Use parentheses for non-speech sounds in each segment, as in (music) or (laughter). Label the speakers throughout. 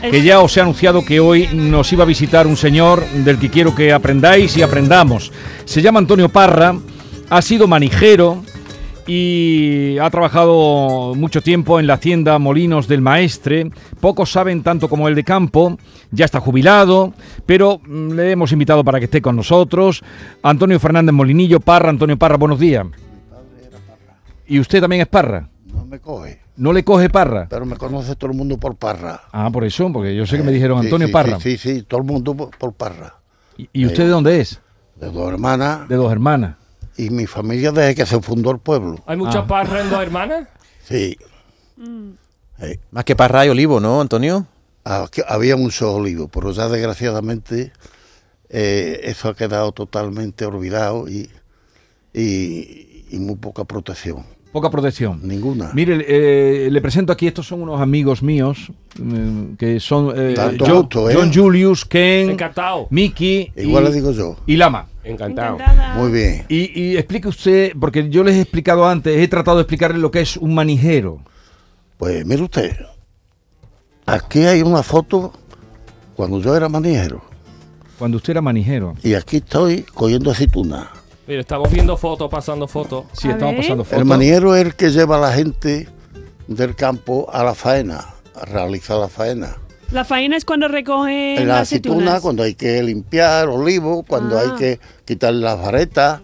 Speaker 1: que ya os he anunciado que hoy nos iba a visitar un señor del que quiero que aprendáis y aprendamos. Se llama Antonio Parra, ha sido manijero y ha trabajado mucho tiempo en la hacienda Molinos del Maestre. Pocos saben tanto como el de campo, ya está jubilado, pero mm, le hemos invitado para que esté con nosotros. Antonio Fernández Molinillo Parra, Antonio Parra, buenos días. ¿Y usted también es Parra?
Speaker 2: No me coge.
Speaker 1: ¿No le coge Parra?
Speaker 2: Pero me conoce todo el mundo por Parra.
Speaker 1: Ah, por eso, porque yo sé que me
Speaker 2: Eh,
Speaker 1: dijeron
Speaker 2: sí,
Speaker 1: Antonio
Speaker 2: sí,
Speaker 1: Parra.
Speaker 2: Sí, sí, sí, todo el mundo por, por Parra.
Speaker 1: ¿Y- ¿Y usted de dónde es?
Speaker 2: De dos hermanas
Speaker 1: De dos hermanas.
Speaker 2: y mi familia desde que se fundó el pueblo.
Speaker 3: ¿Hay mucha
Speaker 1: Ah.
Speaker 3: parra en dos hermanas?
Speaker 2: Sí. Eh,
Speaker 4: Más que parra y olivo, ¿no, Antonio?
Speaker 2: aquí había muchos olivos, pero ya desgraciadamente eh, eso ha quedado totalmente olvidado y, y- y muy poca protección.
Speaker 1: Poca protección.
Speaker 2: Ninguna.
Speaker 1: Mire, eh, le presento aquí, estos son unos amigos míos, mm, que son eh,
Speaker 2: Tanto
Speaker 1: Jo-
Speaker 2: gusto, ¿eh?
Speaker 1: John Julius, Ken,
Speaker 3: Encantado.
Speaker 1: Mickey y,
Speaker 2: Igual le digo yo.
Speaker 1: y Lama.
Speaker 5: Encantado.
Speaker 2: Muy bien.
Speaker 1: Y, y explique usted, porque yo les he explicado antes, he tratado de explicarles lo que es un manijero.
Speaker 2: Pues mire usted, aquí hay una foto cuando yo era manijero
Speaker 1: Cuando usted era manijero.
Speaker 2: y aquí estoy cogiendo aceitunas.
Speaker 3: Mira, estamos viendo fotos, pasando fotos.
Speaker 1: Sí,
Speaker 5: A
Speaker 1: estamos
Speaker 5: ver.
Speaker 1: pasando fotos.
Speaker 2: El maniero es el que lleva a la gente del campo a la faena, a realizar la faena.
Speaker 5: La faena es cuando recogen
Speaker 2: la
Speaker 5: las
Speaker 2: aceituna,
Speaker 5: aceitunas.
Speaker 2: cuando hay que limpiar olivo, cuando
Speaker 5: Ah.
Speaker 2: hay que quitar las varetas,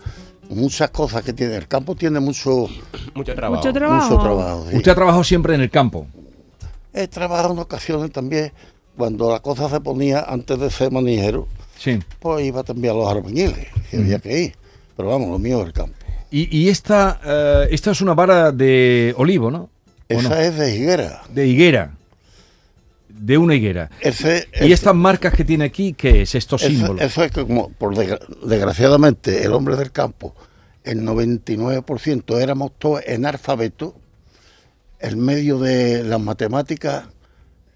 Speaker 2: muchas cosas que tiene. El campo tiene mucho,
Speaker 4: Mucho
Speaker 5: Mucho trabajo.
Speaker 2: mucho trabajo. sí.
Speaker 1: Usted ha trabajado siempre en el campo.
Speaker 2: He trabajado en ocasiones también, cuando la cosa se ponía antes de ser manijero,
Speaker 1: Sí.
Speaker 2: pues iba también a los albañiles, si había que ir. Pero vamos, lo mío es el campo.
Speaker 1: Y, y esta, eh, esta es una vara de olivo, ¿no? ¿O
Speaker 2: Esa
Speaker 1: no?
Speaker 2: es de higuera.
Speaker 1: De higuera. De una higuera.
Speaker 2: Ese,
Speaker 1: ¿Y este
Speaker 2: ese-
Speaker 1: estas marcas que tiene aquí, qué es? Estos
Speaker 2: Eso,
Speaker 1: símbolos.
Speaker 2: eso es que como, por desgra- desgraciadamente, el hombre del campo, el 99% éramos todos en alfabeto, el medio de las matemáticas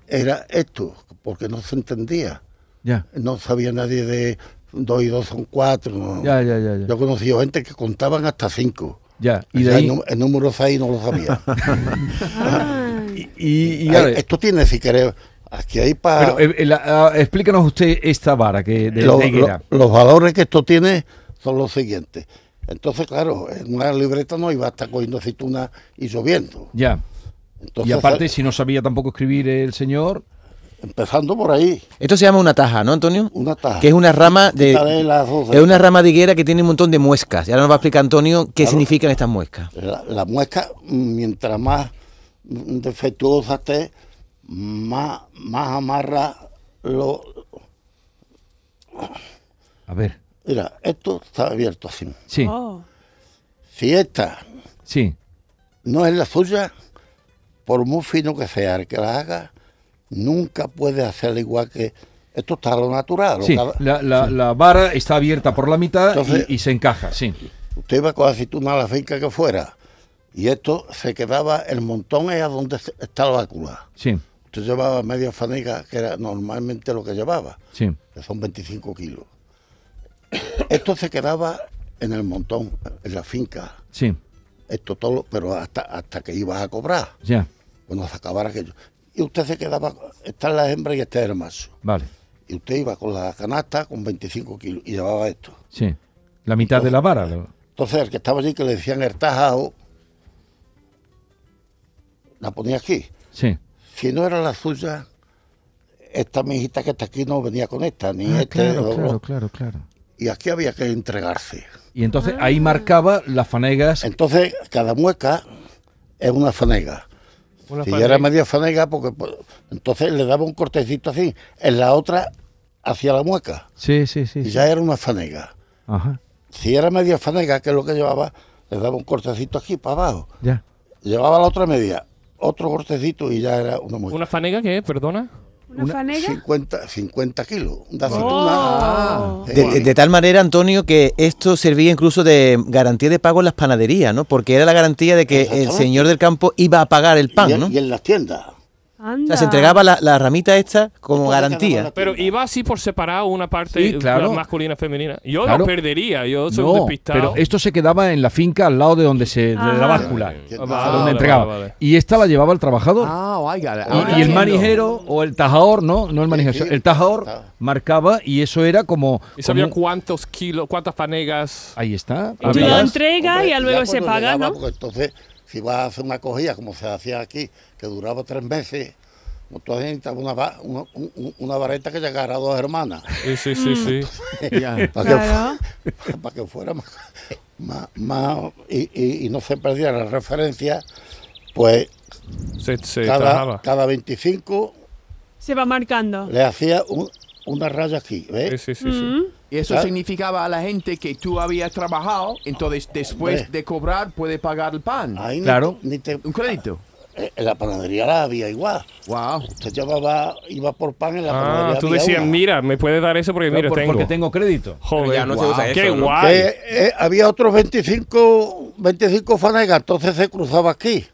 Speaker 2: era esto, porque no se entendía.
Speaker 1: Ya,
Speaker 2: No sabía nadie de 2 y 2 son 4.
Speaker 1: ya, ya, ya. ya.
Speaker 2: Yo conocí gente que contaban hasta 5.
Speaker 1: Ya, y
Speaker 2: Y
Speaker 1: de ahí-
Speaker 2: el, nú- el número 6 no lo sabía.
Speaker 5: Ah,
Speaker 1: y- (laughs) y- y
Speaker 2: Hay-
Speaker 1: ahora-
Speaker 2: esto tiene, si querés, aquí hay para...
Speaker 1: pero, eh, eh, la- ah, explícanos usted esta vara que de,
Speaker 2: Lo-
Speaker 1: de higuera.
Speaker 2: lo- los valores que esto tiene son los siguientes. Entonces, claro, en una libreta no iba a estar cogiendo aceitunas y lloviendo.
Speaker 1: ya.
Speaker 2: Entonces,
Speaker 1: y aparte,
Speaker 2: eh,
Speaker 1: si no sabía tampoco escribir el señor,
Speaker 2: empezando por ahí,
Speaker 4: Esto se llama una taja, ¿no, Antonio?
Speaker 2: una taja.
Speaker 4: Que es una rama
Speaker 2: Quítale
Speaker 4: de.
Speaker 2: las dos,
Speaker 4: Es una rama de higuera que tiene un montón de muescas. Y ahora nos va a explicar Antonio qué significan estas muescas.
Speaker 2: la, la muesca, mientras más mm, defectuosa esté, más, más amarra lo...
Speaker 1: a ver,
Speaker 2: Mira, esto está abierto así.
Speaker 1: sí,
Speaker 5: oh.
Speaker 2: Si esta
Speaker 1: sí,
Speaker 2: no es la suya, por muy fino que sea el que la haga, nunca puede hacerla igual que. Esto está a lo natural. lo
Speaker 1: sí.
Speaker 2: cada-
Speaker 1: La, la- la vara está abierta por la mitad y-
Speaker 2: Entonces-
Speaker 1: y, se encaja, sí.
Speaker 2: Usted iba con aceituna a la finca que fuera y esto se quedaba, el montón es a donde se- está la vacuna.
Speaker 1: Sí,
Speaker 2: Usted llevaba media fanega, que era normalmente lo que llevaba,
Speaker 1: sí.
Speaker 2: que son 25 kilos. (coughs) Esto se quedaba en el montón, en la finca.
Speaker 1: Sí,
Speaker 2: Esto todo, pero hasta, hasta que ibas a cobrar,
Speaker 1: ya,
Speaker 2: cuando se acabara aquello. Y usted se quedaba, está la hembra y este es el macho.
Speaker 1: vale,
Speaker 2: Y usted iba con la canasta con 25 kilos y llevaba esto.
Speaker 1: sí. La mitad de la vara. lo-
Speaker 2: Entonces el que estaba allí que le decían el tajao, la ponía aquí.
Speaker 1: Sí.
Speaker 2: Si no era la suya, esta mijita que está aquí no venía con esta, ni
Speaker 1: Ah,
Speaker 2: este.
Speaker 1: claro,
Speaker 2: no,
Speaker 1: claro,
Speaker 2: no.
Speaker 1: claro, claro.
Speaker 2: Y aquí había que entregarse.
Speaker 1: Y entonces ahí marcaba las fanegas.
Speaker 2: Entonces cada mueca es una fanega.
Speaker 3: Una
Speaker 2: si
Speaker 3: fan-
Speaker 2: ya era media fanega, porque pues, entonces le daba un cortecito así. En la otra hacia la mueca.
Speaker 1: Sí, sí, sí.
Speaker 2: Y
Speaker 1: sí.
Speaker 2: ya era una fanega.
Speaker 1: Ajá,
Speaker 2: si era media fanega, que es lo que llevaba, le daba un cortecito aquí para abajo.
Speaker 1: ya.
Speaker 2: Llevaba la otra media, otro cortecito y ya era una muestra.
Speaker 3: ¿Una fanega qué es? Perdona.
Speaker 5: ¿Una, fanega?
Speaker 2: 50, 50 kilos, una Eh,
Speaker 5: Oh.
Speaker 2: aceituna.
Speaker 4: De, de- de tal manera, Antonio, que esto servía incluso de garantía de pago en las panaderías, ¿no? Porque era la garantía de que el
Speaker 2: Exactamente.
Speaker 4: señor del campo iba a pagar el
Speaker 2: y,
Speaker 4: pan,
Speaker 2: en-
Speaker 4: ¿no?
Speaker 2: y en las tiendas.
Speaker 4: O
Speaker 5: Anda.
Speaker 4: sea, se entregaba la, la ramita esta como
Speaker 2: Entonces,
Speaker 4: garantía.
Speaker 2: ganaba
Speaker 3: Pero iba así por separado una parte
Speaker 1: Sí, claro.
Speaker 3: la masculina y femenina. Yo
Speaker 1: Claro.
Speaker 3: lo perdería, yo soy un
Speaker 1: No,
Speaker 3: despistado.
Speaker 1: pero esto se quedaba en la finca al lado de donde se de la
Speaker 5: Ajá.
Speaker 1: báscula,
Speaker 2: Vale,
Speaker 1: a
Speaker 2: vale,
Speaker 1: donde
Speaker 3: Ah, vale,
Speaker 1: entregaba.
Speaker 3: vale.
Speaker 1: Y esta la llevaba el trabajador.
Speaker 6: Ah, vaya.
Speaker 1: Y- Y, el manijero o el tajador, no, no el manijero,
Speaker 2: sí.
Speaker 1: el tajador
Speaker 2: Está.
Speaker 1: marcaba y eso era como.
Speaker 3: ¿Y sabía
Speaker 1: como un-
Speaker 3: cuántos kilos, cuántas fanegas?
Speaker 1: ahí está.
Speaker 5: Tú lo
Speaker 1: había-
Speaker 5: entregas
Speaker 2: Hombre,
Speaker 5: y
Speaker 2: ya
Speaker 5: luego se
Speaker 2: cuando
Speaker 5: paga,
Speaker 2: llegaba,
Speaker 5: ¿no?
Speaker 2: Porque entonces, si vas a hacer una cogida como se hacía aquí, que duraba tres meses, pues tú necesitabas una, va- una, un- una vareta que llegara a dos hermanas,
Speaker 3: Sí, sí, sí, sí.
Speaker 2: para que,
Speaker 5: Claro.
Speaker 2: (laughs) para que fuera más, más, más- y, y- y no se perdiera la referencia, pues
Speaker 3: Se, se
Speaker 2: cada,
Speaker 3: tajaba.
Speaker 2: cada 25
Speaker 5: (laughs) Se va
Speaker 2: (laughs)
Speaker 5: marcando.
Speaker 2: le hacía un- una raya aquí,
Speaker 3: Sí,
Speaker 2: ¿ves?
Speaker 3: sí, sí, sí.
Speaker 5: Mm.
Speaker 6: Y eso
Speaker 2: Claro.
Speaker 6: significaba a la gente que tú habías trabajado, entonces después
Speaker 2: Hombre.
Speaker 6: de cobrar puede pagar el pan.
Speaker 2: Ahí ni-
Speaker 1: Claro.
Speaker 2: ni te-
Speaker 6: Un crédito.
Speaker 2: eh, en la panadería la había igual.
Speaker 6: Wow.
Speaker 2: Usted llevaba, iba por pan en la
Speaker 3: Ah,
Speaker 2: panadería.
Speaker 3: tú
Speaker 2: había
Speaker 3: decías,
Speaker 2: una.
Speaker 3: mira, me puedes dar eso porque
Speaker 1: Claro,
Speaker 3: mira,
Speaker 1: por-
Speaker 3: tengo.
Speaker 1: Porque tengo crédito.
Speaker 3: Joder,
Speaker 7: Ya no se usa
Speaker 3: guau, qué
Speaker 7: eso, ¿no?
Speaker 3: guay.
Speaker 2: Que, eh, había otros 25, 25 fanegas, entonces se cruzaba aquí.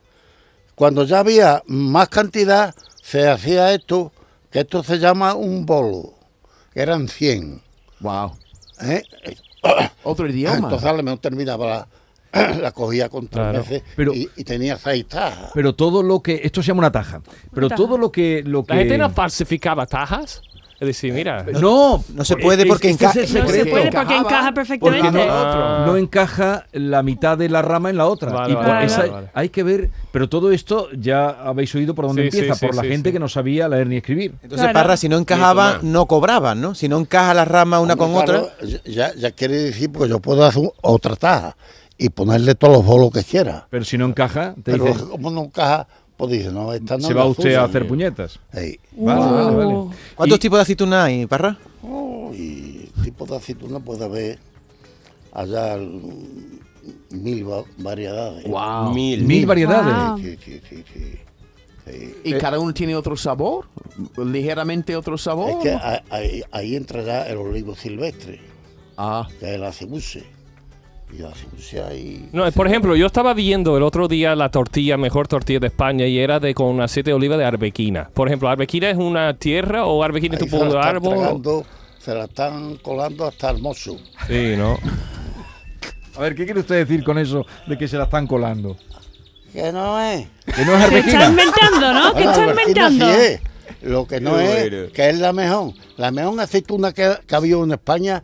Speaker 2: Cuando ya había más cantidad, se hacía esto, que esto se llama un bolo, que eran 100.
Speaker 6: Wow.
Speaker 1: (coughs)
Speaker 2: ¿eh?
Speaker 6: Otro idioma.
Speaker 2: Entonces a lo mejor terminaba la, (coughs) la cogía con tres
Speaker 3: Claro,
Speaker 2: meses
Speaker 1: pero-
Speaker 2: y, y tenía seis tajas.
Speaker 1: Pero todo lo que. Esto se llama una taja. Pero
Speaker 5: Una taja.
Speaker 1: todo lo que. Lo que
Speaker 3: La gente no falsificaba tajas. Es decir, mira.
Speaker 1: no,
Speaker 4: No se puede porque
Speaker 1: este es el
Speaker 4: enca-
Speaker 5: No se
Speaker 1: secreto.
Speaker 5: puede porque
Speaker 6: Encajaba
Speaker 5: encaja perfectamente.
Speaker 1: porque no-
Speaker 3: Ah.
Speaker 1: no encaja la mitad de la rama en la otra.
Speaker 3: Vale,
Speaker 1: y por
Speaker 5: vale,
Speaker 1: esa-
Speaker 3: vale, vale.
Speaker 1: Hay que ver, pero todo esto ya habéis oído por dónde
Speaker 3: Sí,
Speaker 1: empieza,
Speaker 3: sí, sí,
Speaker 1: por la
Speaker 3: sí,
Speaker 1: gente
Speaker 3: sí.
Speaker 1: que no sabía leer ni escribir.
Speaker 4: Entonces,
Speaker 5: Claro.
Speaker 4: Parra, si no encajaba,
Speaker 7: Eso, man.
Speaker 4: no cobraban, ¿no? Si no encaja la rama una con
Speaker 2: Hombre, claro,
Speaker 4: otra.
Speaker 2: Ya, ya quiere decir, porque yo puedo hacer un- otra taja y ponerle todos los bolos que quiera.
Speaker 1: Pero si no encaja, te
Speaker 2: Pero
Speaker 1: dice,
Speaker 2: como no encaja, pues dice, no, esta no
Speaker 1: se
Speaker 2: es
Speaker 1: va
Speaker 2: la
Speaker 1: usted
Speaker 2: suya.
Speaker 1: a hacer puñetas.
Speaker 2: Ey.
Speaker 1: Vale, vale, vale.
Speaker 5: Uh.
Speaker 4: ¿Cuántos
Speaker 1: Y-
Speaker 4: tipos de aceituna hay, Parra?
Speaker 2: Oh, y tipo de aceituna puede haber allá mm, mil va- variedades.
Speaker 6: Wow.
Speaker 7: Mil.
Speaker 1: Mil variedades.
Speaker 5: Wow.
Speaker 2: Sí, sí, sí, sí. Sí.
Speaker 6: ¿Y cada uno tiene otro sabor? ¿Ligeramente otro sabor?
Speaker 2: Es que
Speaker 1: Oh.
Speaker 2: ah. a- ahí, ahí entra ya el olivo silvestre,
Speaker 6: Ah.
Speaker 2: que es el acebuse. Y el acebuse ahí.
Speaker 3: No, por ejemplo, yo estaba viendo el otro día la tortilla, mejor tortilla de España, y era de con aceite de oliva de arbequina. Por ejemplo, ¿arbequina es una tierra o arbequina
Speaker 2: ahí
Speaker 3: es
Speaker 2: se
Speaker 3: tipo
Speaker 2: la
Speaker 3: un
Speaker 2: están
Speaker 3: árbol?
Speaker 2: tragando, se la están colando hasta el mozo.
Speaker 3: Sí, ¿no?
Speaker 1: A ver, ¿qué quiere usted decir con eso de que se la están colando?
Speaker 2: Que no es.
Speaker 1: Que no es
Speaker 5: Se está
Speaker 1: arbequina.
Speaker 5: inventando, ¿no? Que
Speaker 2: Ah, Bueno,
Speaker 5: está
Speaker 2: Albertina
Speaker 5: inventando.
Speaker 2: sí es. Lo que no es,
Speaker 7: Bueno.
Speaker 2: que es la mejor. La mejor aceituna que, que ha habido en España.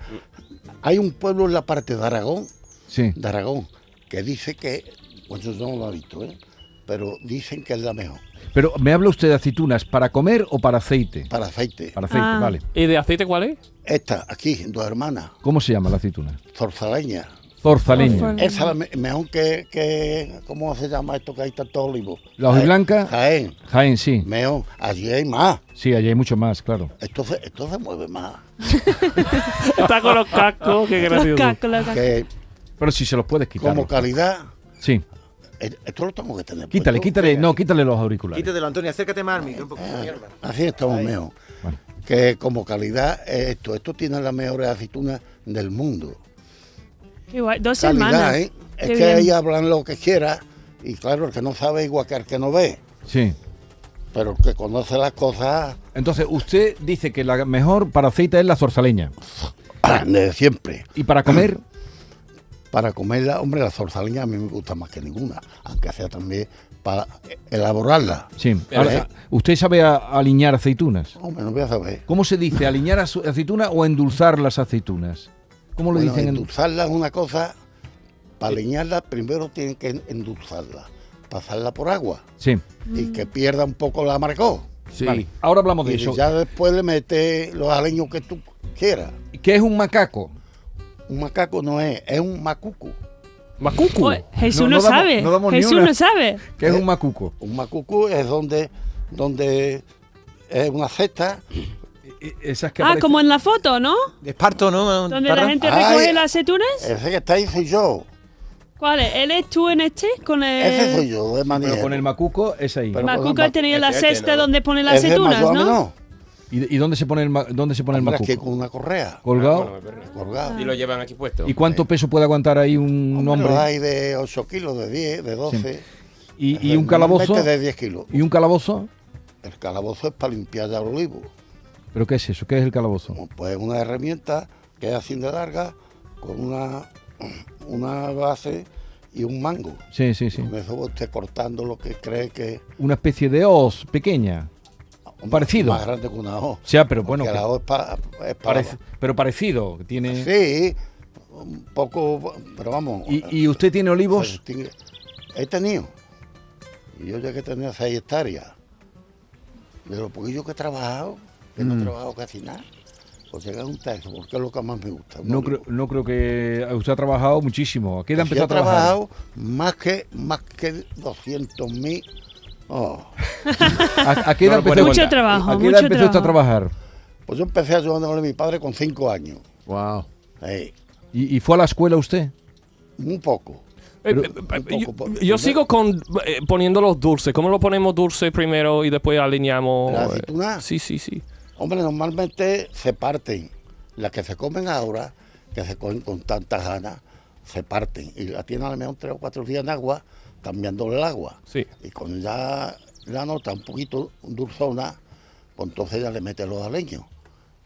Speaker 2: Hay un pueblo en la parte de Aragón,
Speaker 1: Sí.
Speaker 2: de Aragón, que dice que, bueno, yo no lo he visto, ¿eh? pero dicen que es la mejor,
Speaker 1: Pero me habla usted de aceitunas, ¿para comer o para aceite?
Speaker 2: para aceite.
Speaker 1: Para aceite,
Speaker 5: Ah.
Speaker 1: vale.
Speaker 3: ¿Y de aceite cuál es?
Speaker 2: Esta, aquí, dos hermanas,
Speaker 1: ¿Cómo se llama la aceituna?
Speaker 2: zorzaleña.
Speaker 1: Zorzaleña.
Speaker 5: Zorzal-
Speaker 2: Esa es la me- mejor que, que, ¿cómo se llama esto que hay tanto olivo?
Speaker 1: La hojiblanca.
Speaker 2: Eh, Jaén,
Speaker 1: Jaén, sí.
Speaker 2: mejor. Allí hay más.
Speaker 1: Sí, allí hay mucho más, claro.
Speaker 2: Esto se, esto se mueve más.
Speaker 3: Está con los cascos, qué
Speaker 5: Los
Speaker 3: gracioso.
Speaker 5: cacos, los cacos.
Speaker 2: Que
Speaker 1: Pero si se los puedes quitar.
Speaker 2: como calidad,
Speaker 1: Sí.
Speaker 2: eh, esto lo tengo que tener.
Speaker 1: Quítale,
Speaker 2: puesto.
Speaker 1: quítale, no, quítale los auriculares.
Speaker 4: Quítatelo, Antonio, acércate más al micro.
Speaker 2: Ah, Así estamos mejor.
Speaker 1: Bueno.
Speaker 2: Que como calidad eh, esto, esto tiene las mejores aceitunas del mundo.
Speaker 5: Qué guay. Dos
Speaker 2: Calidad,
Speaker 5: semanas.
Speaker 2: ¿eh? Es
Speaker 5: Qué
Speaker 2: que
Speaker 5: bien.
Speaker 2: ahí hablan lo que quiera y claro, el que no sabe es igual que el que no ve,
Speaker 1: Sí.
Speaker 2: pero el que conoce las cosas (clears throat)
Speaker 1: Entonces, usted dice que la mejor para aceite es la zorzaleña.
Speaker 2: de siempre.
Speaker 1: Y para
Speaker 2: (clears throat)
Speaker 1: comer,
Speaker 2: Para comerla, hombre, la zorzaleña a mí me gusta más que ninguna, aunque sea también para elaborarla.
Speaker 1: sí.
Speaker 7: Pero
Speaker 1: Ahora,
Speaker 2: eh.
Speaker 1: usted sabe a- aliñar aceitunas.
Speaker 2: Hombre, no voy a saber.
Speaker 1: ¿Cómo se dice? ¿Aliñar azu- aceituna o endulzar las aceitunas? ¿Cómo lo
Speaker 2: Bueno,
Speaker 1: dicen? en-
Speaker 2: endulzarla es una cosa, para leñarla primero tienen que endulzarla, pasarla por agua
Speaker 1: Sí.
Speaker 2: y
Speaker 1: Mm.
Speaker 2: que pierda un poco la amargor.
Speaker 6: Sí.
Speaker 1: Vale, Ahora hablamos de
Speaker 2: Y
Speaker 1: eso.
Speaker 2: ya después le metes los aleños que tú quieras.
Speaker 1: ¿Qué es un macaco?
Speaker 2: Un macaco no es, es un macuco.
Speaker 3: Macucu.
Speaker 5: Oye, Pues, Jesús
Speaker 1: Uh. No-
Speaker 5: no,
Speaker 1: no damos-
Speaker 5: sabe.
Speaker 1: no damos ni
Speaker 5: Jesús
Speaker 1: una.
Speaker 5: no sabe.
Speaker 1: ¿Qué es un macuco?
Speaker 2: Un macuco es donde, donde es una cesta. Eh,
Speaker 1: E- Esas que
Speaker 5: Ah,
Speaker 1: aparecen-
Speaker 5: como en la foto, ¿no?
Speaker 4: Esparto, ¿no?
Speaker 5: Donde
Speaker 4: Parra?
Speaker 5: la gente
Speaker 2: Ay.
Speaker 5: recoge las aceitunas.
Speaker 2: Ese que está ahí soy yo.
Speaker 5: ¿Cuál es? ¿Él es tú en este? Con el.
Speaker 2: Ese soy yo, de manera.
Speaker 1: Pero con el macuco es ahí.
Speaker 2: Pero- con
Speaker 5: Macuca
Speaker 2: el ma-
Speaker 5: tenía la
Speaker 7: Ese
Speaker 5: cesta
Speaker 7: no.
Speaker 5: donde pone las
Speaker 2: Ese
Speaker 5: aceitunas,
Speaker 2: mayor a mí
Speaker 5: ¿no?
Speaker 1: ¿Y, y dónde se pone el, ma- dónde se pone el
Speaker 2: Hombre, aquí
Speaker 1: macuco?
Speaker 2: con una correa,
Speaker 1: ¿Colgado?
Speaker 2: colgado.
Speaker 7: Y lo llevan aquí puesto.
Speaker 1: ¿Y cuánto peso puede aguantar ahí un
Speaker 2: Hombre,
Speaker 1: hombre?
Speaker 2: los hay de 8 kilos, de 10, de 12.
Speaker 1: Y, y
Speaker 2: Normalmente
Speaker 1: un calabozo.
Speaker 2: de 10 kilos.
Speaker 1: ¿Y un calabozo?
Speaker 2: El calabozo es para limpiar ya el olivo.
Speaker 1: ¿Pero qué es eso? ¿Qué es el calabozo?
Speaker 2: Bueno, Pues una herramienta que es así de larga con una, una base y un mango.
Speaker 1: Sí, sí, sí.
Speaker 2: Con eso va usted cortando lo que cree que
Speaker 1: Una especie de hoz pequeña.
Speaker 2: Hombre,
Speaker 1: Parecido.
Speaker 2: Más grande que una O.
Speaker 1: O sea, pero bueno,
Speaker 2: Porque
Speaker 1: que
Speaker 2: la O es para. es para-
Speaker 1: parece- pero parecido. que Tiene...
Speaker 2: Sí, un poco. Pero vamos.
Speaker 1: ¿Y, y usted tiene
Speaker 2: se
Speaker 1: olivos?
Speaker 2: distingue. He tenido. Y yo ya que tenía 6 hectáreas. De lo poquillo que he trabajado, que
Speaker 1: Mm.
Speaker 2: no he trabajado casi nada. Pues llega un tercio, porque es lo que más me gusta. un
Speaker 1: No
Speaker 2: olivo.
Speaker 1: creo, no creo que eh, usted ha trabajado muchísimo. ¿A qué edad
Speaker 2: Si
Speaker 1: empezó
Speaker 2: Pues he
Speaker 1: a trabajar?
Speaker 2: trabajado más que, más que 200 mil. oh.
Speaker 1: ¿A, a qué edad
Speaker 6: No lo
Speaker 1: empezó,
Speaker 6: pone
Speaker 1: a
Speaker 5: Mucho
Speaker 6: cuenta.
Speaker 5: trabajo,
Speaker 1: ¿A qué edad
Speaker 5: mucho
Speaker 1: empezó usted a
Speaker 5: trabajo.
Speaker 1: trabajar?
Speaker 2: Pues yo empecé ayudándole a mi padre con 5 años.
Speaker 1: Wow.
Speaker 2: Sí,
Speaker 1: ¿Y, y fue a la escuela usted?
Speaker 2: un poco.
Speaker 3: Eh,
Speaker 1: Pero-
Speaker 3: eh, eh,
Speaker 2: Un
Speaker 3: yo-
Speaker 2: poco,
Speaker 3: yo,
Speaker 2: por-
Speaker 3: sigo con eh, poniendo los dulces. ¿Cómo lo ponemos dulce primero y después alineamos? Eh,
Speaker 2: ¿La aceituna?
Speaker 3: Sí, sí, sí.
Speaker 2: Hombre, normalmente se parten. Las que se comen ahora, que se comen con tantas ganas, se parten. Y la tienen a lo mejor tres o cuatro días en agua, cambiándole el agua.
Speaker 3: Sí.
Speaker 2: Y con ya la nota un poquito dulzona, pues entonces ya le mete los aleños.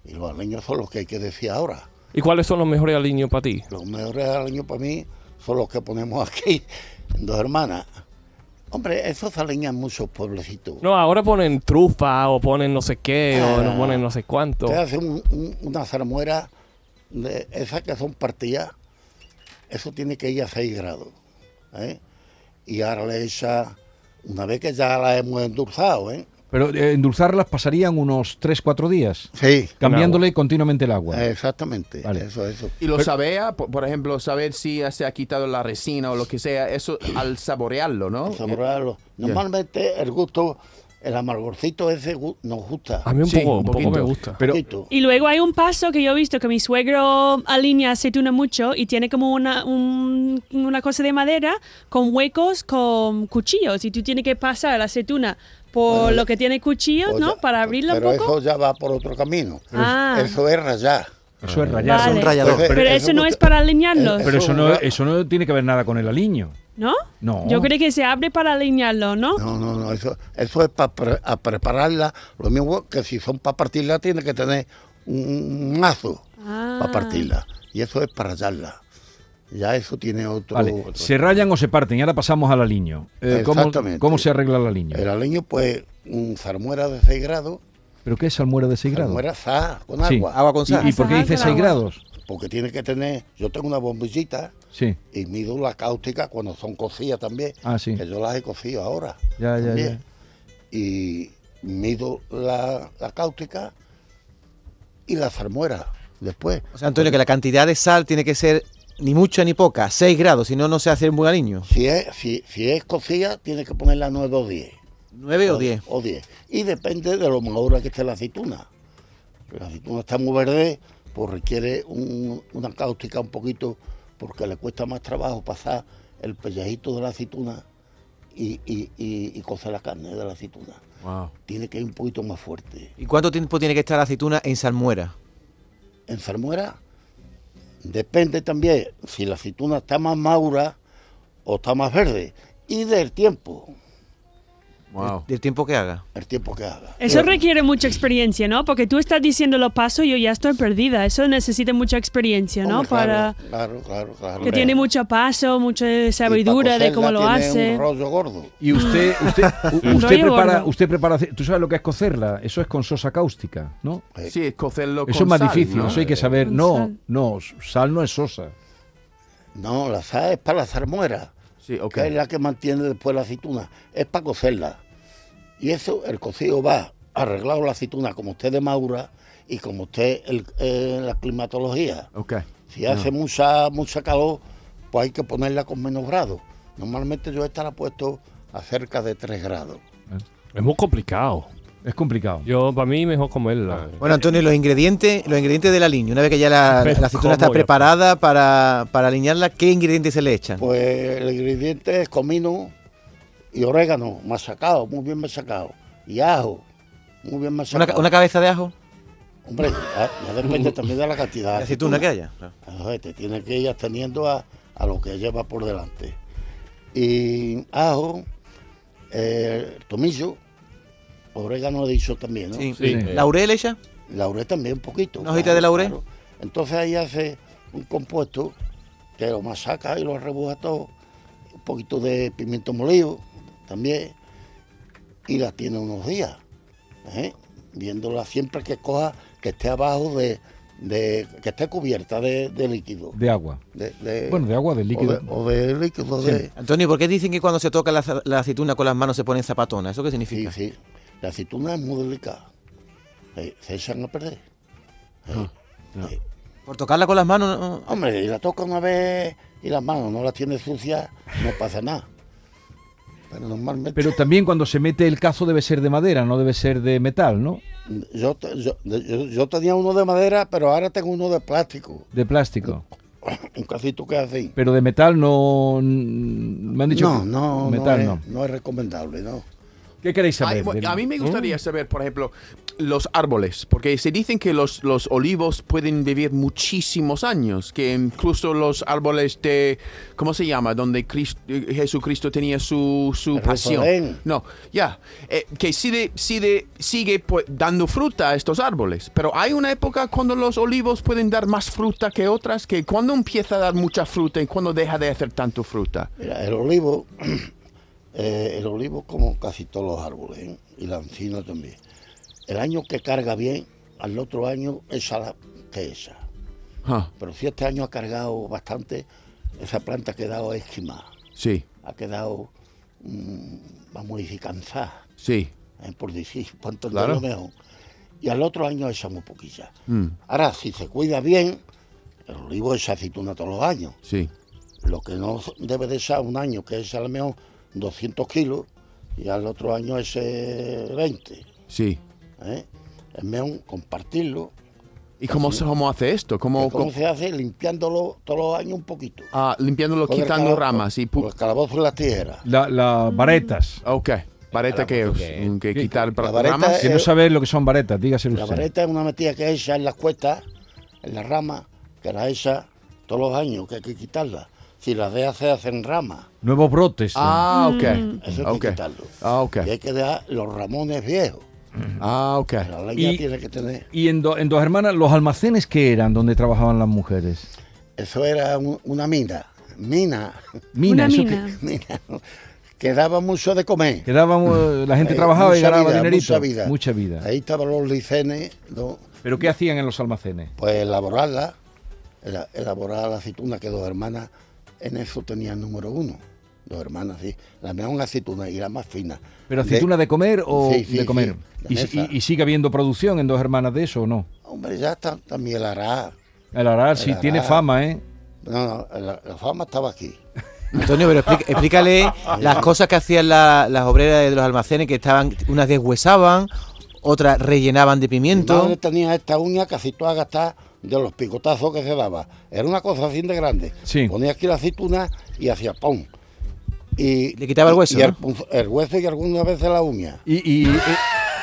Speaker 2: Y los aleños son los que hay que decir ahora.
Speaker 3: ¿Y cuáles son los mejores alineos para ti?
Speaker 2: Los mejores aleños para mí son los que ponemos aquí, (laughs) en dos hermanas. Hombre, esos aleñan muchos pueblecitos.
Speaker 3: No, ahora ponen trufa o ponen no sé qué o
Speaker 2: Ah.
Speaker 3: no ponen no sé cuánto.
Speaker 2: Usted hace un- un- una zarmuera de esas que son partidas, eso tiene que ir a 6 grados. ¿eh? Y ahora le echa, una vez que ya la hemos endulzado, ¿eh?
Speaker 1: Pero eh, endulzarlas pasarían unos 3-4 días,
Speaker 2: Sí.
Speaker 1: cambiándole continuamente el agua.
Speaker 2: Eh, Exactamente,
Speaker 1: Vale.
Speaker 2: eso, eso.
Speaker 6: Y lo sabea, por, por ejemplo, saber si ya se ha quitado la resina o lo que sea, eso al saborearlo,
Speaker 1: Oh,
Speaker 6: ¿no?
Speaker 1: eh,
Speaker 2: Saborearlo. Normalmente el gusto, el amargorcito ese gu- nos gusta.
Speaker 3: A mí un
Speaker 6: Sí,
Speaker 3: poco,
Speaker 6: un
Speaker 3: un poco me
Speaker 6: poquito.
Speaker 3: gusta.
Speaker 1: Ah, Pero,
Speaker 2: Poquito.
Speaker 5: Y luego hay un paso que yo he visto que mi suegro alinea aceituna mucho y tiene como una, un- una cosa de madera con huecos con cuchillos y tú tienes que pasar la aceituna por
Speaker 2: Bueno,
Speaker 5: lo que tiene cuchillos,
Speaker 2: Pues
Speaker 5: ¿no?
Speaker 2: ya-
Speaker 5: Para abrirla un
Speaker 2: pero
Speaker 5: poco.
Speaker 2: eso ya va por otro camino.
Speaker 5: Ah.
Speaker 2: Eso es rayar.
Speaker 1: eso es rayar.
Speaker 5: Vale.
Speaker 4: un rayador.
Speaker 2: Entonces,
Speaker 5: Pero eso no
Speaker 2: gusta-
Speaker 5: es para alinearlos,
Speaker 1: Pero eso no,
Speaker 2: ra-
Speaker 1: eso no tiene que ver nada con el aliño.
Speaker 5: ¿no?
Speaker 1: No.
Speaker 5: Yo creo que se abre para alinearlo, ¿no?
Speaker 2: No, no, no, eso, eso es para prepararla. Lo mismo que si son para partirla, tiene que tener un un mazo
Speaker 5: Ah.
Speaker 2: para partirla. Y eso es para rayarla. Ya eso tiene otro.
Speaker 1: Vale,
Speaker 2: otro-
Speaker 1: se rayan o se parten, y ahora pasamos al aliño. Eh, ¿cómo- ¿cómo,
Speaker 2: Exactamente.
Speaker 1: se arregla el aliño?
Speaker 2: El aleño, pues, un zarmuera de 6 grados.
Speaker 1: ¿Pero qué es salmuera de 6 grados?
Speaker 2: Zarmuera sa, con
Speaker 1: Sí.
Speaker 2: agua.
Speaker 4: Agua con sal.
Speaker 1: ¿Y, y por qué
Speaker 5: Ajá,
Speaker 1: dice
Speaker 5: con
Speaker 1: 6
Speaker 5: agua.
Speaker 1: grados?
Speaker 2: Porque tiene que tener. Yo tengo una bombillita
Speaker 1: Sí,
Speaker 2: y mido la cáustica cuando son cocidas también.
Speaker 1: Ah, sí.
Speaker 2: Que yo las he cocido ahora.
Speaker 1: Ya, ya,
Speaker 2: también. Y mido la, la cáustica y la zarmuera después.
Speaker 4: O sea, Antonio, que la cantidad de sal tiene que ser ni mucha ni poca, 6 grados, si no, no se hace un buen aliño.
Speaker 2: Si es, si, si es cocida, tienes que ponerla 9 o 10.
Speaker 4: 9 o 10.
Speaker 2: O 10. Y depende de lo madura que esté la aceituna. Si La aceituna está muy verde, pues requiere un- una cáustica un poquito, porque le cuesta más trabajo pasar el pellejito de la aceituna y, y, y- y cocer la carne de la aceituna. Tiene que ir un poquito más fuerte.
Speaker 4: ¿Y cuánto tiempo tiene que estar la aceituna en salmuera?
Speaker 2: En salmuera, depende también si la aceituna está más madura o está más verde. Y del tiempo,
Speaker 4: Del tiempo que haga.
Speaker 2: el tiempo que haga.
Speaker 5: Eso
Speaker 2: Pero-
Speaker 5: requiere mucha experiencia, ¿no? Porque tú estás diciendo los pasos y yo ya estoy perdida. Eso necesita mucha experiencia, ¿no?
Speaker 2: Hombre,
Speaker 5: para
Speaker 2: claro, claro, claro.
Speaker 5: que tiene mucho paso, mucha sabiduría de cómo lo hace.
Speaker 2: Un rollo gordo.
Speaker 1: Y usted, usted, u-
Speaker 5: No
Speaker 1: usted
Speaker 5: llego,
Speaker 1: prepara,
Speaker 5: no.
Speaker 1: usted prepara, tú sabes lo que es cocerla, eso es con sosa cáustica, ¿no?
Speaker 6: Eh, Sí, es cocerlo
Speaker 1: Eso es
Speaker 6: con
Speaker 1: más
Speaker 6: sal,
Speaker 1: difícil,
Speaker 6: ¿no?
Speaker 1: eso hay que saber.
Speaker 5: Con
Speaker 1: No,
Speaker 5: sal.
Speaker 1: no, sal no es sosa.
Speaker 2: No, la sal es para la zarmuera,
Speaker 6: Sí, ok.
Speaker 2: que es la que mantiene después la aceituna. Es para cocerla. Y eso, el cocido va arreglado la aceituna como usted de Maura y como usted el- eh, la climatología.
Speaker 6: Ok.
Speaker 2: Si
Speaker 4: Ah.
Speaker 2: hace mucha, mucha calor, pues hay que ponerla con menos grados. Normalmente yo esta la he puesto a cerca de 3 grados.
Speaker 3: Es muy complicado.
Speaker 1: Es complicado.
Speaker 3: Yo, para mí, mejor comerla.
Speaker 4: Bueno, Antonio, los ingredientes, los ingredientes del aliño, una vez que ya la,
Speaker 3: Pero
Speaker 4: la aceituna está
Speaker 3: ¿cómo yo?
Speaker 4: preparada para, para aliñarla, ¿qué ingredientes se le echan?
Speaker 2: Pues el ingrediente es comino y orégano, machacado, muy bien machacado. Y ajo, muy bien
Speaker 4: Una,
Speaker 2: machacado.
Speaker 4: ca- una cabeza de ajo,
Speaker 2: Hombre, ya, ya
Speaker 4: (laughs)
Speaker 2: depende también de la cantidad.
Speaker 4: de aceituna que haya.
Speaker 2: Entonces, te tienes que ir ateniendo a, a lo que lleva por delante. Y ajo, eh, tomillo, orégano he dicho también, ¿no?
Speaker 4: Sí.
Speaker 1: Sí.
Speaker 4: ¿Laurel ella?
Speaker 2: Laurel también, un poquito.
Speaker 4: ¿Una hojita de laurel?
Speaker 2: Entonces ahí hace un compuesto que lo masaca y lo rebuja todo. Un poquito de pimiento molido también. Y la tiene unos días. ¿eh? Viéndola siempre que coja, que esté abajo de. de- que esté cubierta de, de líquido.
Speaker 1: de agua.
Speaker 2: De- de-
Speaker 1: Bueno, de agua, de
Speaker 2: o
Speaker 1: líquido.
Speaker 2: de- O de, líquido de.
Speaker 4: Antonio, ¿por qué dicen que cuando se toca la, la aceituna con las manos se pone zapatona? ¿Eso qué
Speaker 2: Sí,
Speaker 4: significa?
Speaker 2: sí. La aceituna es muy delicada. Se, se echan a perder. ¿eh? Sí.
Speaker 4: Por tocarla con las manos. no-
Speaker 2: Hombre, y la toca una vez y las manos no las tiene sucias, no pasa nada. Pero normalmente
Speaker 1: Pero también cuando se mete el cazo debe ser de madera, no debe ser de metal, ¿no?
Speaker 2: yo, te- yo, yo- yo tenía uno de madera, pero ahora tengo uno de plástico. (laughs)
Speaker 1: De plástico.
Speaker 2: Un casito que es así.
Speaker 1: Pero de metal no. Me han dicho
Speaker 2: No,
Speaker 1: que
Speaker 2: no, eh.
Speaker 1: metal
Speaker 2: no,
Speaker 1: no.
Speaker 2: es, no es recomendable, no.
Speaker 1: ¿Qué queréis
Speaker 6: Ay,
Speaker 1: saber? ¿eh?
Speaker 6: bueno,
Speaker 1: del-
Speaker 6: a mí me gustaría saber, por ejemplo, los árboles, porque se dicen que los, los olivos pueden vivir muchísimos años, que incluso los árboles de, ¿cómo se llama? Donde Cris- eh, Jesucristo tenía su,
Speaker 2: Jerusalén.
Speaker 6: su pasión. No, ya, eh, que sigue, sigue, sigue pues, dando fruta a estos árboles, pero hay una época cuando los olivos pueden dar más fruta que otras, que cuando empieza a dar mucha fruta y cuando deja de hacer tanto fruta.
Speaker 2: Mira, el olivo, (clears throat) eh, el olivo como casi todos los árboles, ¿eh? y la encina también. El año que carga bien, al otro año es la que esa.
Speaker 6: Ah,
Speaker 2: Pero si este año ha cargado bastante, esa planta ha quedado esquimada.
Speaker 6: sí,
Speaker 2: ha quedado, mm, vamos a decir, cansada,
Speaker 6: sí.
Speaker 2: eh, por decir, (laughs) por
Speaker 6: Claro.
Speaker 2: entenderlo mejor. Y al otro año echamos poquilla.
Speaker 6: Mm,
Speaker 2: Ahora, si se cuida bien, el olivo echa aceituna todos los años.
Speaker 6: sí.
Speaker 2: Lo que no debe de echar un año, que es a lo mejor 200 kilos, y al otro año es eh, 20.
Speaker 6: Sí.
Speaker 2: ¿eh? Es mejor compartirlo.
Speaker 6: ¿Y cómo, se- cómo hace esto? ¿Cómo,
Speaker 2: ¿Cómo,
Speaker 6: cómo-
Speaker 2: se hace? Limpiándolo todos los años un poquito.
Speaker 6: ah, limpiándolo,
Speaker 2: Con el
Speaker 6: quitando
Speaker 2: calabo-
Speaker 6: ramas y... pu-
Speaker 2: Con el calabozo y las tijeras.
Speaker 1: La, la- varetas.
Speaker 6: ok, vareta que,
Speaker 7: Calabozo
Speaker 6: es,
Speaker 7: que-
Speaker 6: que
Speaker 1: que-
Speaker 6: quitar
Speaker 2: la
Speaker 6: ra-
Speaker 2: vareta
Speaker 6: ramas.
Speaker 1: Que no
Speaker 2: eh,
Speaker 1: sabéis lo que son varetas, dígaselo
Speaker 2: La
Speaker 1: usted.
Speaker 2: vareta es una metida que echa en las cuestas, en las ramas, que la echa todos los años, que hay que quitarla. Si las deja se hacen ramas,
Speaker 1: Nuevos brotes.
Speaker 6: Ah, ok.
Speaker 2: eso hay
Speaker 6: Ok.
Speaker 2: que quitarlo.
Speaker 6: Ah, ok.
Speaker 2: Y hay que dejar los ramones viejos.
Speaker 6: Ah, ok.
Speaker 2: La leña
Speaker 1: Y-
Speaker 2: tiene que tener.
Speaker 1: Y en, Do- en Dos Hermanas, ¿los almacenes que eran donde trabajaban las mujeres?
Speaker 2: Eso era un- una mina, mina, (laughs)
Speaker 1: Mina,
Speaker 5: Una
Speaker 1: eso
Speaker 5: mina.
Speaker 2: mina, que daba mucho de comer.
Speaker 1: Que, que daban, eh, la gente
Speaker 2: Eh,
Speaker 1: trabajaba y
Speaker 2: mucha
Speaker 1: ganaba
Speaker 2: vida,
Speaker 1: dinerito.
Speaker 2: Mucha vida.
Speaker 1: Mucha vida.
Speaker 2: Ahí estaban los licenes, ¿no?
Speaker 1: ¿Pero qué hacían en los almacenes?
Speaker 2: pues elaborarla, ela- elaborar la aceituna que dos hermanas, en eso tenía el número uno. Dos hermanas, sí. La mejor aceituna y la más fina.
Speaker 1: ¿Pero aceituna de, comer o
Speaker 2: Sí, sí,
Speaker 1: de comer?
Speaker 2: sí,
Speaker 1: ¿Y,
Speaker 2: de
Speaker 1: si-
Speaker 2: mesa.
Speaker 1: y- y sigue habiendo producción en Dos Hermanas de eso o no?
Speaker 2: Hombre, ya está también el hará.
Speaker 1: El Arar sí
Speaker 2: El
Speaker 1: tiene
Speaker 2: Arar.
Speaker 1: fama, ¿eh?
Speaker 2: No, no, la, la fama estaba aquí.
Speaker 4: Antonio, pero explica- explícale las cosas que hacían la- las obreras de los almacenes, que estaban, unas deshuesaban, otras rellenaban de
Speaker 2: Mi madre
Speaker 4: pimiento.
Speaker 2: tenía esta uña casi toda gastada de los picotazos que se daba. Era una cosa así de grande.
Speaker 1: Sí.
Speaker 2: Ponía aquí la aceituna y hacía pum. Y
Speaker 4: Le quitaba el hueso,
Speaker 2: y el,
Speaker 4: ¿no?
Speaker 2: punzo- el hueso y algunas veces la uña.
Speaker 1: Y, y- eh,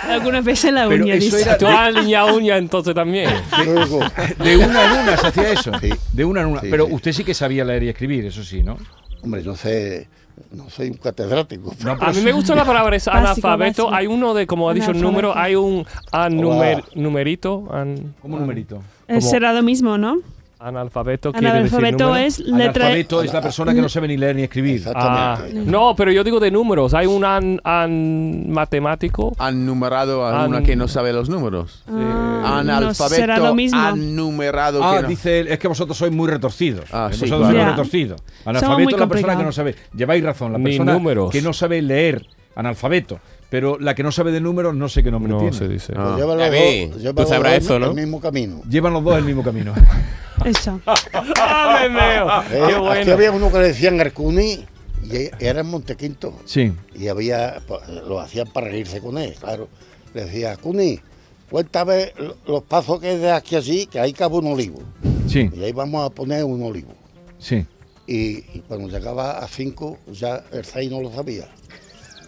Speaker 5: Algunas veces la
Speaker 1: Pero
Speaker 5: uña,
Speaker 1: eso
Speaker 5: dice.
Speaker 1: era-
Speaker 3: Tú has aliñado uña entonces también.
Speaker 1: (laughs)
Speaker 2: Luego,
Speaker 1: de una en una se hacía eso.
Speaker 2: Sí.
Speaker 1: De una en una.
Speaker 2: Sí,
Speaker 1: Pero
Speaker 2: sí.
Speaker 1: usted sí que sabía leer y escribir, eso sí, ¿no?
Speaker 2: hombre, yo sé, no soy un catedrático.
Speaker 1: No,
Speaker 3: A mí me gusta la palabra esa,
Speaker 5: Básico,
Speaker 3: analfabeto.
Speaker 5: básico.
Speaker 3: Hay uno de, como ha dicho el
Speaker 5: Analfabeto.
Speaker 3: número, hay un anumer- numerito. an-
Speaker 1: ¿Cómo numerito?
Speaker 5: Es cerrado mismo, ¿no?
Speaker 3: analfabeto quiere decir
Speaker 5: Analfabeto
Speaker 3: número.
Speaker 5: es letra.
Speaker 1: Analfabeto es la persona que no sabe ni leer ni escribir.
Speaker 3: Ah,
Speaker 2: Exactamente.
Speaker 3: no, pero yo digo de números. Hay un an, an- matemático.
Speaker 6: Han numerado a
Speaker 3: Han-
Speaker 6: una que no sabe los números.
Speaker 5: Ah, no será
Speaker 6: eh, Analfabeto.
Speaker 5: lo mismo.
Speaker 6: Han numerado
Speaker 1: Ah,
Speaker 6: que no-
Speaker 1: dice él, es que vosotros sois muy retorcidos.
Speaker 6: Ah, sí,
Speaker 1: vosotros sois
Speaker 5: claro. Ya.
Speaker 1: retorcidos.
Speaker 5: Somos muy
Speaker 1: Analfabeto es la persona
Speaker 5: complicados.
Speaker 1: que no sabe. Lleváis razón, la
Speaker 3: Ni
Speaker 1: persona
Speaker 3: números.
Speaker 1: que no sabe leer, analfabeto. Pero la que no sabe de números, no sé qué nombre
Speaker 3: No
Speaker 1: tiene.
Speaker 3: se dice.
Speaker 6: Ah.
Speaker 2: Pues lleva los
Speaker 7: David,
Speaker 2: dos-
Speaker 7: tú
Speaker 2: lleva los
Speaker 7: sabrás
Speaker 2: dos
Speaker 7: eso, ¿no?
Speaker 2: El mismo
Speaker 7: (laughs)
Speaker 2: camino.
Speaker 1: Llevan los dos el mismo camino.
Speaker 2: (laughs)
Speaker 5: Eso.
Speaker 3: ¡Ah, me meo!
Speaker 2: Eh,
Speaker 3: ¡Qué
Speaker 2: Aquí
Speaker 3: bueno!
Speaker 2: había uno que le decían Arcuni y e- era en Montequinto.
Speaker 1: Sí.
Speaker 2: Y había, pues, lo hacían para reírse con él, claro. Le decía, Arcuni, cuéntame lo- los pasos que hay de aquí a allí, que ahí cabe un olivo.
Speaker 1: Sí,
Speaker 2: Y ahí vamos a poner un olivo.
Speaker 1: sí.
Speaker 2: Y, y cuando llegaba a cinco, ya el seis no lo sabía.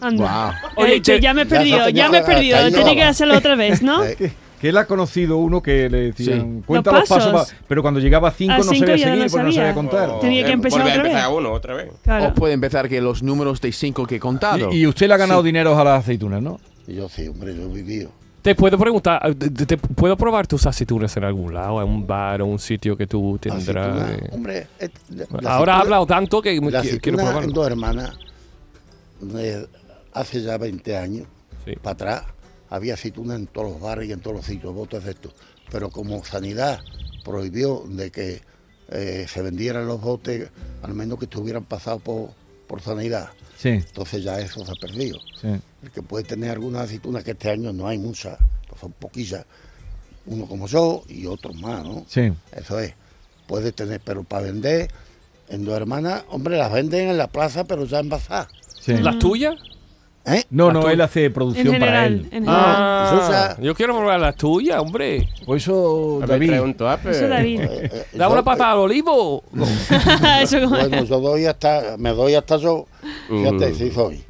Speaker 5: Anda.
Speaker 3: Wow.
Speaker 5: He
Speaker 3: Oye,
Speaker 5: dicho,
Speaker 3: te-
Speaker 5: ya me he
Speaker 2: Ya
Speaker 5: perdido,
Speaker 2: se
Speaker 5: ya,
Speaker 2: tenía
Speaker 5: me he
Speaker 2: que dar
Speaker 5: perdido.
Speaker 2: caído.
Speaker 5: Tenía que hacerlo otra vez, ¿no?
Speaker 2: Eh,
Speaker 1: Que él ha conocido uno que le decían, cuenta
Speaker 5: Los
Speaker 1: los pasos,
Speaker 5: pasos.
Speaker 1: pa- pero cuando llegaba a cinco
Speaker 5: A
Speaker 1: no
Speaker 5: cinco
Speaker 1: sabía
Speaker 5: ya no
Speaker 1: seguir, porque no
Speaker 5: sabía.
Speaker 1: sabía
Speaker 5: Oh.
Speaker 1: contar.
Speaker 5: Tenía que empezar
Speaker 7: Volver a
Speaker 5: otra vez.
Speaker 7: empezar uno otra vez.
Speaker 5: Claro.
Speaker 6: O puede empezar que los números de cinco que he contado.
Speaker 1: Y, y usted le ha ganado dinero a las aceitunas, ¿no?
Speaker 2: Y yo, sí, hombre, yo he vivido.
Speaker 3: Te puedo preguntar, ah, ¿te, te- te puedo probar tus aceitunas en algún lado, en un bar o un sitio que tú tendrás?
Speaker 2: Aceituna, hombre, eh, la- la
Speaker 3: Ahora has
Speaker 2: aceituna-
Speaker 3: hablado tanto que me
Speaker 2: La
Speaker 3: qui- quiero
Speaker 2: aceituna en
Speaker 3: probarlo.
Speaker 2: dos hermanas, eh, hace ya 20 años,
Speaker 3: Sí.
Speaker 2: para atrás, había aceituna en todos los bares y en todos los sitios, botes de esto. Pero como sanidad prohibió de que eh, se vendieran los botes, al menos que estuvieran pasados por, por sanidad,
Speaker 1: Sí,
Speaker 2: entonces ya eso se ha perdido.
Speaker 1: sí.
Speaker 2: El que puede tener algunas aceitunas, que este año no hay muchas, pues son poquillas. Uno como yo y otros más, ¿no?
Speaker 1: Sí.
Speaker 2: Eso es. Puede tener, pero para vender, en dos hermanas, hombre, las venden en la plaza, pero ya en bazar.
Speaker 1: sí.
Speaker 3: ¿Las tuyas?
Speaker 2: ¿Eh?
Speaker 1: No,
Speaker 3: las
Speaker 1: no,
Speaker 3: tuyas.
Speaker 1: él hace
Speaker 5: En
Speaker 1: producción para
Speaker 5: general,
Speaker 1: él.
Speaker 5: en general.
Speaker 3: Ah,
Speaker 2: Susa.
Speaker 3: yo quiero probar las tuyas, hombre.
Speaker 1: Por eso, David.
Speaker 5: Eso, David.
Speaker 2: Eh, eh,
Speaker 3: (laughs) Dame
Speaker 2: yo-
Speaker 3: una patada al olivo.
Speaker 5: (laughs) Eso como-
Speaker 2: Bueno, yo doy hasta, me doy hasta yo. Fíjate,
Speaker 6: Mm.
Speaker 2: sí soy.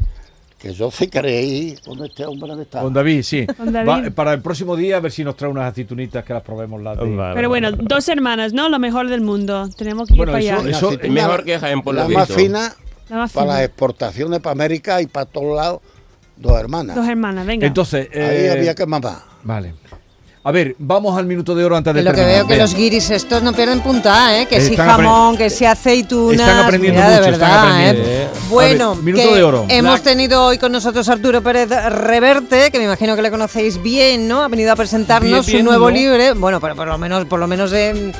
Speaker 2: Que yo sí creí con este hombre está.
Speaker 1: Con David, sí.
Speaker 5: Con David.
Speaker 1: Va, eh, para el próximo día a ver si nos trae unas aceitunitas que las probemos las de...
Speaker 5: Pero bueno, dos hermanas, ¿no? Lo mejor del mundo. Tenemos que ir
Speaker 1: Bueno,
Speaker 5: para allá.
Speaker 1: eso- eso-
Speaker 2: Aceituna,
Speaker 7: Mejor que Jaén, por lo
Speaker 2: La más
Speaker 7: visto.
Speaker 2: fina
Speaker 5: La más
Speaker 2: para las
Speaker 5: fina.
Speaker 2: exportaciones para América y para todos lados, dos hermanas.
Speaker 5: Dos hermanas, venga.
Speaker 1: Entonces,
Speaker 2: Ahí
Speaker 1: eh,
Speaker 2: había que mamar.
Speaker 1: vale. A ver, vamos al minuto de oro antes de
Speaker 8: Lo que
Speaker 1: terminar.
Speaker 8: veo que
Speaker 1: Bien.
Speaker 8: los guiris estos no pierden punta, ¿eh? Que si
Speaker 1: Están
Speaker 8: jamón, que si aceitunas.
Speaker 1: Están aprendiendo
Speaker 8: mira,
Speaker 1: mucho,
Speaker 8: de
Speaker 1: están
Speaker 8: verdad,
Speaker 1: aprendiendo.
Speaker 8: ¿eh?
Speaker 1: Sí. A
Speaker 8: Bueno,
Speaker 1: ver, minuto
Speaker 8: que
Speaker 1: de oro.
Speaker 8: hemos
Speaker 1: Black.
Speaker 8: tenido hoy con nosotros a Arturo Pérez Reverte, que me imagino que le conocéis bien, ¿no? Ha venido a presentarnos
Speaker 3: Bien, bien,
Speaker 8: su nuevo
Speaker 3: ¿no?
Speaker 8: libro. Bueno, pero por lo menos, por lo menos en,
Speaker 3: Me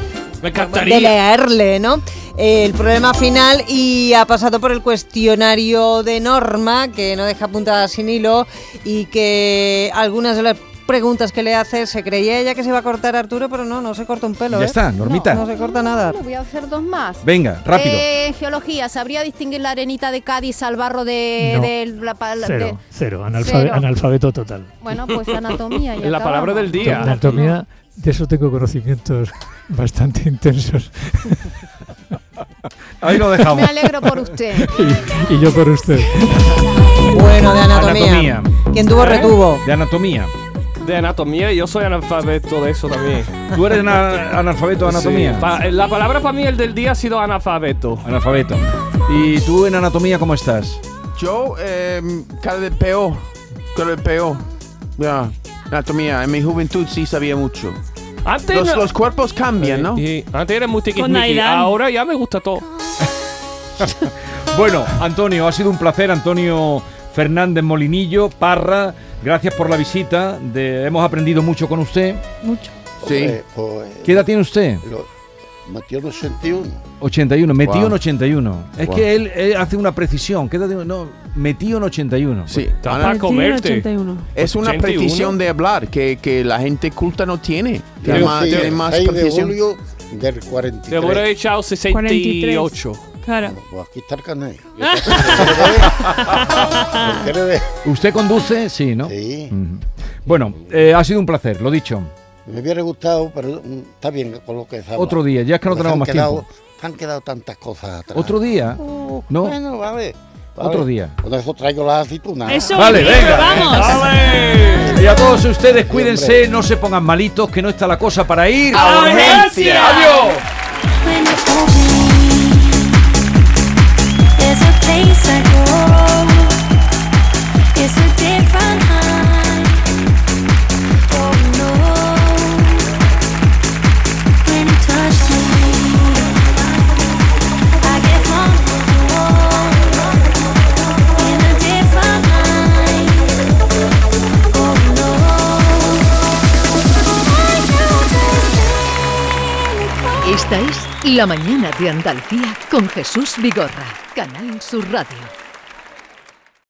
Speaker 8: de
Speaker 3: encantaría.
Speaker 8: leerle, ¿no? Eh, El problema final y ha pasado por el cuestionario de norma que no deja puntada sin hilo y que algunas de las preguntas que le hace se creía ella que se iba a cortar Arturo, pero no, no se corta un pelo.
Speaker 1: Ya
Speaker 8: ¿eh?
Speaker 1: está, Normita.
Speaker 8: No se corta nada.
Speaker 9: Bueno, voy a hacer dos más.
Speaker 1: Venga, rápido.
Speaker 9: Eh, geología, ¿sabría distinguir la arenita de Cádiz al barro de,
Speaker 10: No.
Speaker 9: de la pal- de-
Speaker 10: Cero, cero, analfabe-
Speaker 9: Cero.
Speaker 10: analfabeto total.
Speaker 9: Bueno, pues anatomía. y
Speaker 3: La palabra
Speaker 9: acabamos.
Speaker 3: del
Speaker 10: De
Speaker 3: día.
Speaker 10: anatomía, de eso tengo conocimientos (laughs) bastante intensos.
Speaker 1: Ahí lo
Speaker 9: Me
Speaker 1: dejamos.
Speaker 9: alegro por usted.
Speaker 10: (laughs) Y, y yo por usted.
Speaker 8: Bueno, de anatomía.
Speaker 1: Anatomía.
Speaker 8: Quien tuvo, retuvo.
Speaker 1: De anatomía.
Speaker 3: De anatomía, yo soy analfabeto de eso también.
Speaker 1: ¿Tú eres ana- analfabeto de anatomía?
Speaker 3: Sí, pa- la palabra para mí el del día ha sido analfabeto.
Speaker 1: Analfabeto. ¿Y tú en anatomía cómo estás?
Speaker 6: Yo, eh, cada vez peor. Cada vez peor. Ya. Anatomía. En mi juventud sí sabía mucho.
Speaker 3: Antes
Speaker 6: Los,
Speaker 3: no-
Speaker 6: los cuerpos cambian, ¿no?
Speaker 3: Y antes era muy
Speaker 5: Con
Speaker 3: tiquismiqui,
Speaker 5: Aidan.
Speaker 3: ahora ya me gusta todo.
Speaker 1: Bueno, Antonio, ha sido un placer, Antonio Fernández Molinillo, Parra. Gracias por la visita. de- hemos aprendido mucho con usted.
Speaker 5: Mucho.
Speaker 6: Sí.
Speaker 2: Hombre, pues,
Speaker 1: ¿Qué edad tiene usted?
Speaker 2: lo- metió los 61.
Speaker 1: 81, metido
Speaker 6: Wow.
Speaker 1: en 81. Es
Speaker 6: Wow.
Speaker 1: que él, él hace una precisión. ¿Qué edad tiene? No, metido en 81.
Speaker 6: Sí.
Speaker 3: Tampoco.
Speaker 6: Ana-
Speaker 3: Para comerte.
Speaker 5: 81.
Speaker 6: es una
Speaker 3: 81.
Speaker 6: precisión de hablar que, que la gente culta no tiene. Tiene
Speaker 2: Yo
Speaker 6: más,
Speaker 2: nací el
Speaker 6: tiene más
Speaker 2: 6 de
Speaker 6: precisión.
Speaker 2: julio del
Speaker 3: Te voy a
Speaker 2: 43.
Speaker 3: echar 68.
Speaker 5: Claro.
Speaker 2: Pues aquí está el canal. (laughs) ¿Por qué le de-
Speaker 1: ¿Usted conduce? Sí, ¿no?
Speaker 2: Sí.
Speaker 1: Ujú. Bueno, eh, ha sido un placer, lo dicho.
Speaker 2: Me hubiera gustado, pero mm, está bien con lo que se habla.
Speaker 1: Otro día, ya es que no
Speaker 2: Porque
Speaker 1: tenemos
Speaker 2: han
Speaker 1: más
Speaker 2: quedado-
Speaker 1: tiempo.
Speaker 2: Han quedado tantas cosas atrás.
Speaker 1: Otro día.
Speaker 2: Oh,
Speaker 1: ¿No?
Speaker 2: Bueno, vale. vale.
Speaker 1: Otro día.
Speaker 2: Con eso traigo las aceitunas.
Speaker 5: Eso,
Speaker 1: Vale,
Speaker 5: bien,
Speaker 1: venga.
Speaker 5: vamos.
Speaker 1: Y a todos ustedes, cuídense, no se pongan malitos, que no está la cosa para ir. ¡Adiós!
Speaker 11: When you're open, there's a place I go. It's a different high. Oh no, when you touch me, I get vulnerable in a different high. Oh no, I know
Speaker 12: Esta es La Mañana de Andalucía con Jesús Vigorra, Canal Sur Radio.